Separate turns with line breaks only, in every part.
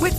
With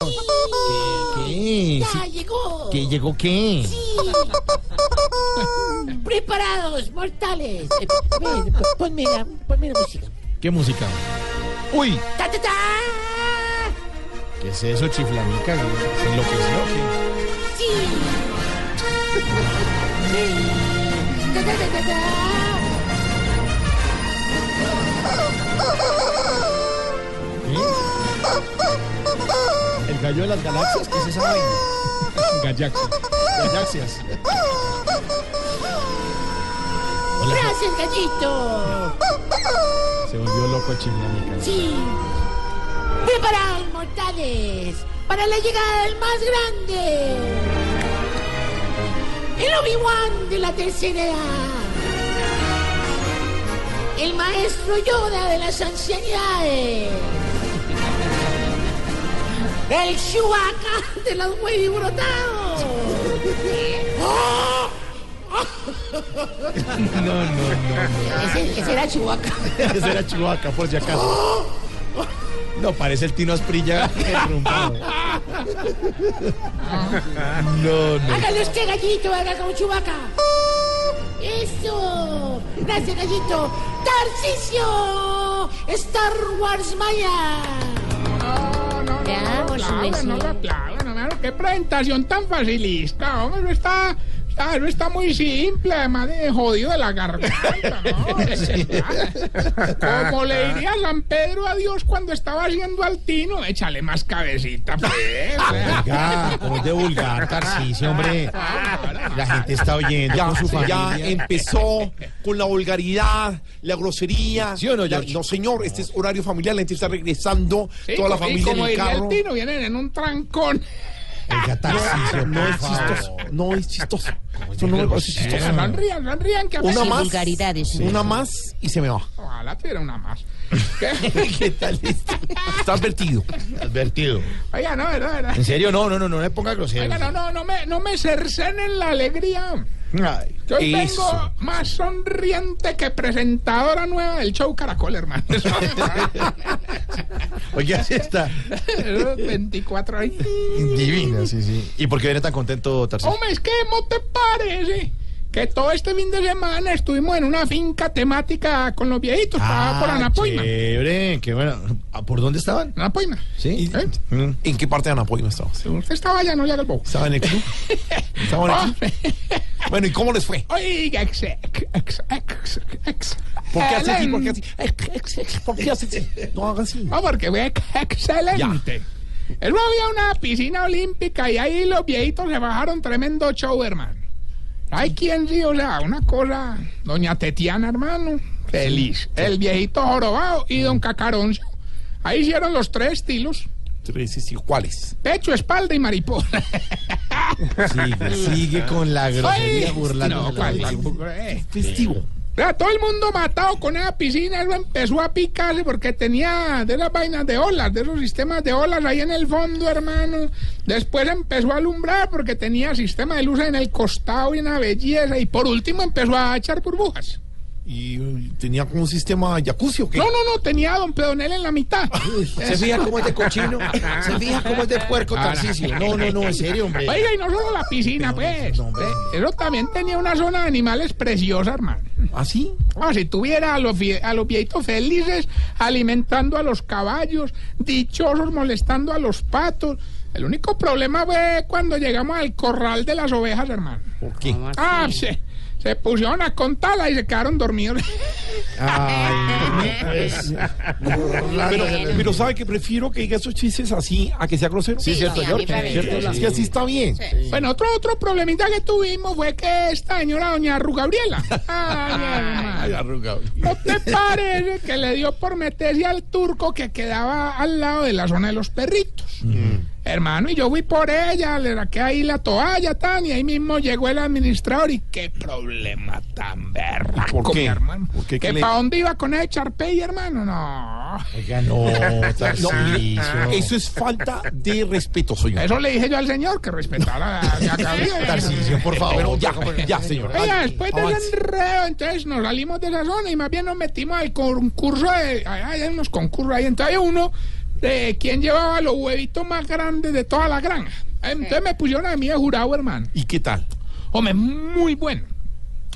¿Qué?
¡Ya
Sí,
llegó!
¿Qué llegó qué?
Sí. ¡Preparados, mortales!
pues,
Eh, ven, ponme, la, ponme la música.
¿Qué pues música? Uy,
¡Ta, ta, ta!
¿qué es eso, chiflamica? ¿Se enloqueció o qué?
¡Sí! ¡Sí! ¡Ta, ta, ta, ta, ta!
¿Eh? ¿El gallo de las galaxias? ¿Qué es esa vaina? Gallaxia.
Pues
Galaxias.
¡Gracias, gallito!
Se volvió loco el chiflamica.
¡Sí! ¡Preparados, mortales! ¡Para la llegada del más grande! ¡El Obi-Wan de la tercera edad! ¡El maestro Yoda de las ancianidades! ¡El Chewbacca de los muy brotados! ¡Oh!
No, no, no.
Ese, ese era Chewbacca.
no. Ese era Chihuahua, por si acaso. No, parece el Tino Asprilla derrumbado. No, no.
Hágale usted, gallito, haga como Chubaca. Eso. Gracias, gallito. Tarcicio. Star Wars Maya.
No, no,
Ya,
no,
por
no, hombre,
supuesto.
no lo aplaudan, hermano. Qué presentación tan facilista, hombre. Eso está, está, eso está muy simple, además de jodido de la garganta, ¿no? Como le diría San Pedro a Dios cuando estaba haciendo al tino, échale más cabecita, pues.
Oiga, ¿cómo es de vulgar, Tarcisio, hombre? La gente está oyendo con su
Ya
familia.
empezó con la vulgaridad, la grosería.
¿Sí o no, George?
no, señor, este es horario familiar, la gente está regresando,
Sí,
toda la
y
familia en
como
el
diría
carro.
el tino, vienen en un trancón.
Oiga, Tarcisio,
No
por
es chistoso,
favor.
no es chistoso. Esto
llega
no
a
es chistoso.
Eh, Sonrían, sonrían, que a
Una
veces-
más, una más y se me va.
Ojalá tuviera una más.
¿Qué tal esto? Está advertido.
Advertido.
Oiga, no, verdad, verdad.
En serio, no, no, no, no le ponga grosero.
Oiga, no, no, no me, no me cercenen la alegría.
Ay,
Yo hoy
Eso.
vengo más sonriente que presentadora nueva del show Caracol, hermano. Eso-
Oiga, sí está
Eso, 24 ahí.
divina, sí, sí. ¿Y por qué viene tan contento,
Oh,
Tarcisio?
Hombre, es que no te parece que todo este fin de semana estuvimos en una finca temática con los viejitos,
Ah,
estaba por Anapoima.
Ah, chévere, qué bueno. ¿Ah, ¿Por dónde estaban?
Anapoima.
Sí.
¿Eh?
Mm.
¿En qué parte de Anapoy no estabas?
Usted estaba allá, no le haga el bobo. Ah,
¿Estaba en el club? ¿Estaba en el club? Bueno, ¿y cómo les fue?
Oiga, ex, ex, ex, ex.
¿Por qué hace así? ¿Por qué hace así? ¿Por qué hace así? No haga así.
Ah.
No, porque fue ex- excelente. Él había una piscina olímpica y ahí los viejitos le bajaron tremendo show, hermano. Hay quien sí, o sea, una cosa, doña Tetiana, hermano, feliz. El viejito jorobado y don Cacaroncio. Ahí hicieron los tres estilos,
Tres, sí, sí, ¿Cuáles?
pecho, espalda y mariposa.
Sigue, sigue con la grosería
Ay,
burlando.
no, cuál, cuál, eh.
Festivo.
Vea, todo el mundo matado con esa piscina, eso empezó a picarse porque tenía de las vainas de olas, de esos sistemas de olas ahí en el fondo, hermano. Después empezó a alumbrar porque tenía sistema de luz en el costado y una belleza. Y por último empezó a echar burbujas.
¿Y uy, tenía como un sistema jacuzzi o qué?
No, no, no, tenía a don Pedonel en la mitad.
¿Se fija cómo es de cochino? ¿Se fija cómo es de puerco, Tarcicio? No, no, no, en serio, hombre.
Oiga, y no solo la piscina, pues.
no, hombre.
Eso también tenía una zona de animales preciosa, hermano.
¿Así?
Ah, si tuviera a los, vie- a los viejitos felices alimentando a los caballos, dichosos molestando a los patos. El único problema fue cuando llegamos al corral de las ovejas, hermano.
¿Por qué?
Ah, se, se pusieron a contarla y se quedaron dormidos.
Pero, pero ¿sabe que prefiero que diga esos chistes así a que sea grosero? Sí,
cierto, George. Cierto,
Es que así está bien.
Bueno, otro, otro problemita que tuvimos fue que esta señora, doña Rugabriela. Ay, hermano. ¿No te parece que le dio por meterse al turco que quedaba al lado de la zona de los perritos? Hermano, y yo fui por ella, le saqué ahí la toalla, tan, y ahí mismo llegó el administrador, y qué problema tan berraco,
¿Por qué?
mi hermano.
¿Por qué? ¿Qué
¿Que
le-
para dónde iba con ese charpey, hermano? No.
Oiga, no,
No, mire,
Tarcicio.
eso es falta de respeto, señor.
Eso le dije yo al señor, que respetara la, la cabina.
Tarcicio, por favor.
Bueno, ya, ya, señor.
Oiga,
Ay,
después de
avance.
ese enredo, entonces nos salimos de esa zona y más bien nos metimos al concurso de. Hay hay unos concursos ahí. Entonces hay uno de quién llevaba los huevitos más grandes de toda la granja. Eh, Entonces me pusieron a mí de jurado, hermano.
¿Y qué tal?
Hombre, muy bueno.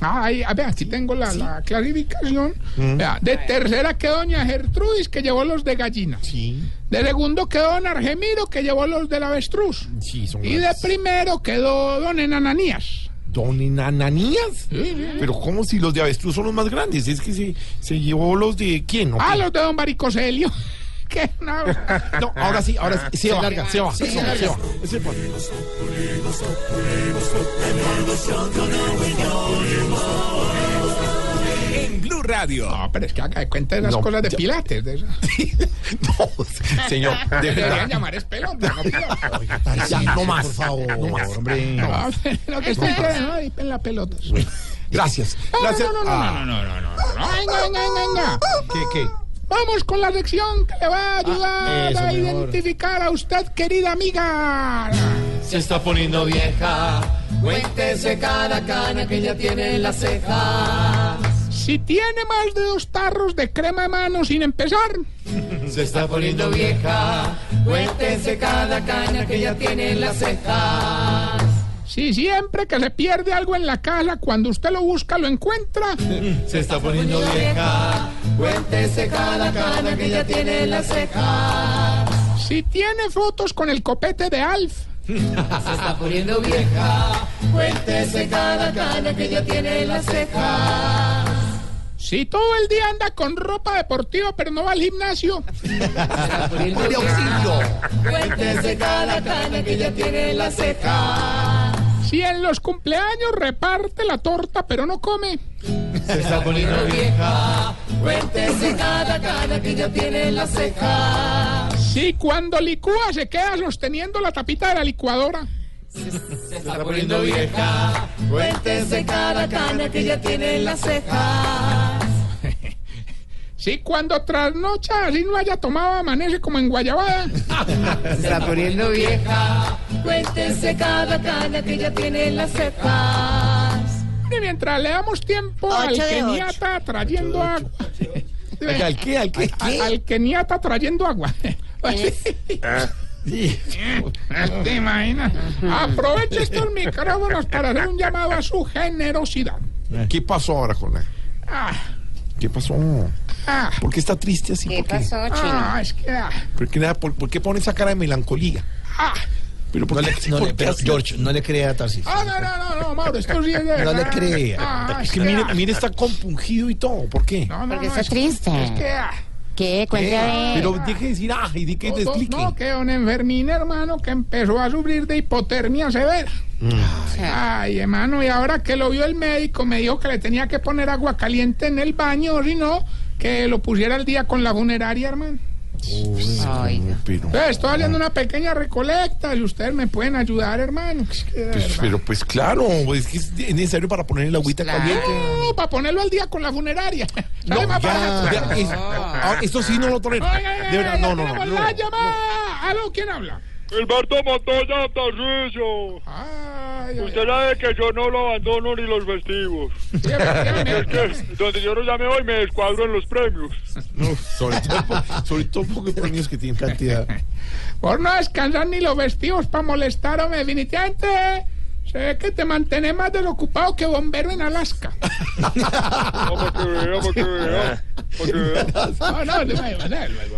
Ah, ahí, a ver, aquí tengo la, la clasificación.
Mm.
Vea, de tercera quedó doña Gertrudis, que llevó los de gallina.
Sí,
De segundo quedó don Argemiro, que llevó los del avestruz.
sí, son
Y de
grandes.
primero quedó don Enananías.
¿Don Enananías? Pero ¿cómo si los de avestruz son los más grandes? Es que se, se llevó los de quién. ¿O
Ah,
qué?
los de don Baricoselio. que no.
No, ahora sí, ahora sí. Se, va, se va, se va, se va. Es el problema.
En Blue Radio.
No, pero es que haga de cuenta de las
No,
cosas de
ya.
pilates. De esas.
No, señor, de
Deberían
verdad.
llamar es pelota, no pilota.
Ya, no más.
Por favor,
No más.
hombre.
No, lo que estoy diciendo, no, ahí en la pelota.
Gracias.
No,
Gracias.
no, no,
Ah,
no, no, no, no, no, no, no, venga, venga, venga.
¿Qué, qué? Ah,
Vamos con la lección que le va a ayudar
eso
a
mejor.
identificar a usted, querida amiga.
Se está poniendo vieja. Cuéntese cada cana que ya tiene en la ceja.
Si tiene más de dos tarros de crema de mano sin empezar,
Se está poniendo vieja. Cuéntese cada cana que ya tiene en la ceja.
si siempre que se pierde algo en la casa, cuando usted lo busca, lo encuentra,
Se está poniendo vieja. Cuéntese cada cana que ya tiene en la ceja.
si tiene fotos con el copete de Alf,
Se está poniendo vieja. Cuéntese cada cana que ya tiene en la ceja.
si todo el día anda con ropa deportiva pero no va al gimnasio,
Poniendo vieja. Cuéntese cada cana que ya tiene en la ceja.
si en los cumpleaños reparte la torta pero no come,
Se está poniendo vieja. Cuéntese cada cana que ya tiene en la ceja.
si cuando licúa se queda sosteniendo la tapita de la licuadora.
Se está poniendo vieja. Cuéntese cada cana que ya tiene en la ceja.
Si cuando trasnocha así no haya tomado amanece como en Guayabada.
Se está poniendo vieja. Cuéntese cada cana que ya tiene en las cejas.
Y mientras le damos tiempo al
Ocho de
Keniata trayendo agua.
Oiga, ¿Al qué? ¿Al qué?
Al- Al Keniata trayendo agua. ¿Te imaginas? Aproveche estos micrófonos para hacer un llamado a su generosidad.
¿Qué pasó ahora con la.?
Ah,
¿Qué pasó?
ah,
¿Por qué está triste así? ¿Por qué?
ah, es que ah,
¿Por qué, nada? ¿Por- por qué pone esa cara de melancolía?
ah.
Pero ¿por qué?
No
¿Por
le-
qué
pero,
hace-
George, no le crea a Tarcicio.
Ah, no, no, no, no, Mauro, esto sí es de
No le
verdad.
crea.
Ah, es
Que
que,
mire,
ah,
mire, está compungido y todo. ¿Por qué?
no, no,
Porque
no,
está
es que-
triste.
Es que ah.
¿Qué? Cuente a ver.
Eh, Pero deje de decir, ah, y de que te
No,
explique.
No, que don Enfermín, hermano, que empezó a sufrir de hipotermia severa.
Mm.
Ay, hermano, y ahora que lo vio el médico, me dijo que le tenía que poner agua caliente en el baño, si no, que lo pusiera al día con la funeraria, hermano.
Oiga.
Pero,
Pues, estoy haciendo
Ah.
una pequeña recolecta y ustedes me pueden ayudar, hermano. Es que de
pues,
verdad.
pero pues claro, es que es necesario para poner el agüita caliente.
No, no, para ponerlo al día con la funeraria. ¿Sabe más
Ya,
barato?
ya, es- ahora, esto sí no lo tolero.
Oiga, oiga,
De verdad,
oiga,
no, no, no.
tenemos
no.
la llamada. ¿Aló? ¿Quién habla?
Gilberto Montoya Tarcillo.
Ay, ay,
Usted sabe que yo no lo abandono ni los festivos.
ay.
Es que donde yo no llame hoy me descuadro en los premios.
No, sobre todo, por- sobre todo porque premios que tienen cantidad.
Por no descansar ni los vestidos para molestarme, definitivamente. Se ve que te mantenés más desocupado que bombero en Alaska.
Vamos que vea, vamos que vea. Vamos que vea.
No, no, no, no, no,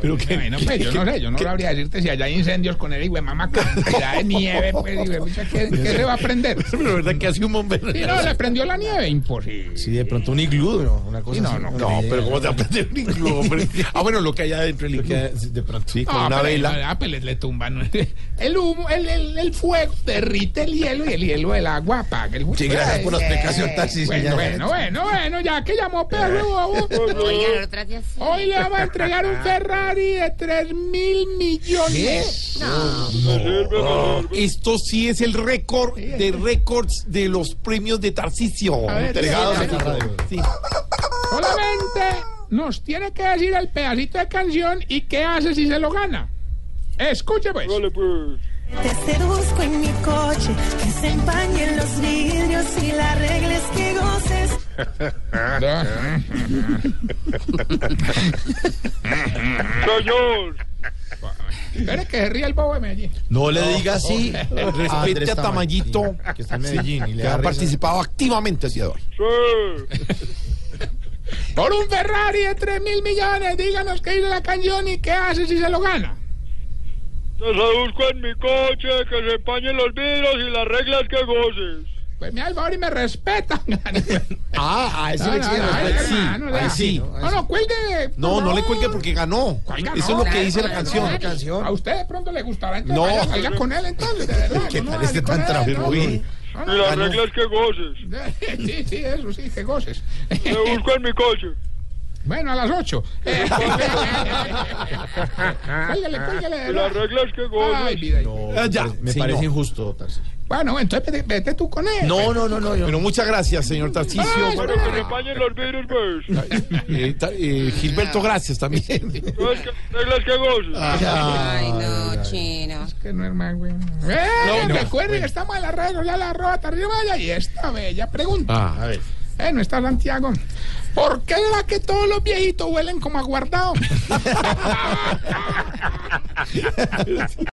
Pero qué-
no, pues, yo no sé, yo no sabría decirte si allá hay incendios con el hijo mamá cantidad de nieve, pues, hijo de pucha, ¿qué, qué se va a prender?
Pero la verdad que hace un bombero.
Si no, le prendió la nieve, imposible.
Sí, de pronto un iglú, ¿no? Una cosa
Sí, no,
así.
no,
No, pero ¿cómo te aprende un iglú, hombre? Ah, bueno, lo que hay adentro del
Lo
iglú.
que- De pronto.
Sí, con
No,
una
pero
vela.
no, ah, pues, le, le tumban. El humo, el, el, el fuego derrite el hielo y el hielo lo de la guapa. Que el...
Sí, gracias por la explicación, taxi.
Bueno, bueno, bueno, bueno, ya que llamó perro, bobo.
Oiga, no trate así.
Hoy le vamos a entregar un Ferrari de 3 mil millones.
Esto sí es el récord de récords de los premios de Tarcisio.
A ver,
Entregados
sí,
en la radio. Sí.
Solamente nos tiene que decir el pedacito de canción y qué hace si se lo gana. Escuche pues.
Te seduzco en mi coche, que se empañen los vidrios y la regla es que goces.
Soy yo.
Espere que se ría el bobo de Medellín.
No le diga así.
no.
Respete
Andrés
a Tamayito, que,
está en Medellín y le da
ha
risa.
participado activamente hacia hoy.
Sí.
Por un Ferrari de 3 mil millones, díganos qué hizo la canción y qué hace si se lo gana.
Te seduzco en mi coche, que se empañen los vidrios y las reglas que goces.
Pues me da el favor y me respetan.
Ah, a eso
No,
le
no,
exige respeto.
no, ahí
Sí,
no, no,
ahí
no,
sí.
No, no, cuelgue. por
No, no le
favor.
cuelgue porque ganó.
¿Cuál ganó?
Eso es lo que
Claro,
dice la
no,
canción.
no, A usted de pronto le gustará.
No.
Entonces, no. Salga con él entonces, de verdad.
¿Qué
no,
tal
vale
este
con
tan
él,
trabero?
no,
Uy.
no,
Y
no.
las
Ah, no.
reglas que goces.
Sí, sí, eso sí, que goces.
Te busco en mi coche.
Bueno, a las Eh, 8. Cuélguele, cuélguele. de
Y las
verdad.
reglas que
Ay,
goces.
vida.
Ah, ya,
Me
sí,
parece
no.
injusto, Tarcisio.
Bueno, entonces vete, vete tú con él.
No, no, no, no. yo-
Pero muchas gracias, señor
Ay,
Tarcicio.
Pero que se empañen los vidrios, pues.
Eh, ta- eh, Gilberto, gracias también.
Las reglas que goces.
Ay, no, chino.
Que no, hermano, güey. Eh, recuerden, estamos en las redes sociales, la rota arriba vaya, y esta bella pregunta.
Ah, a ver.
Eh, no está Santiago. ¿Por qué será que todos los viejitos huelen como aguardado?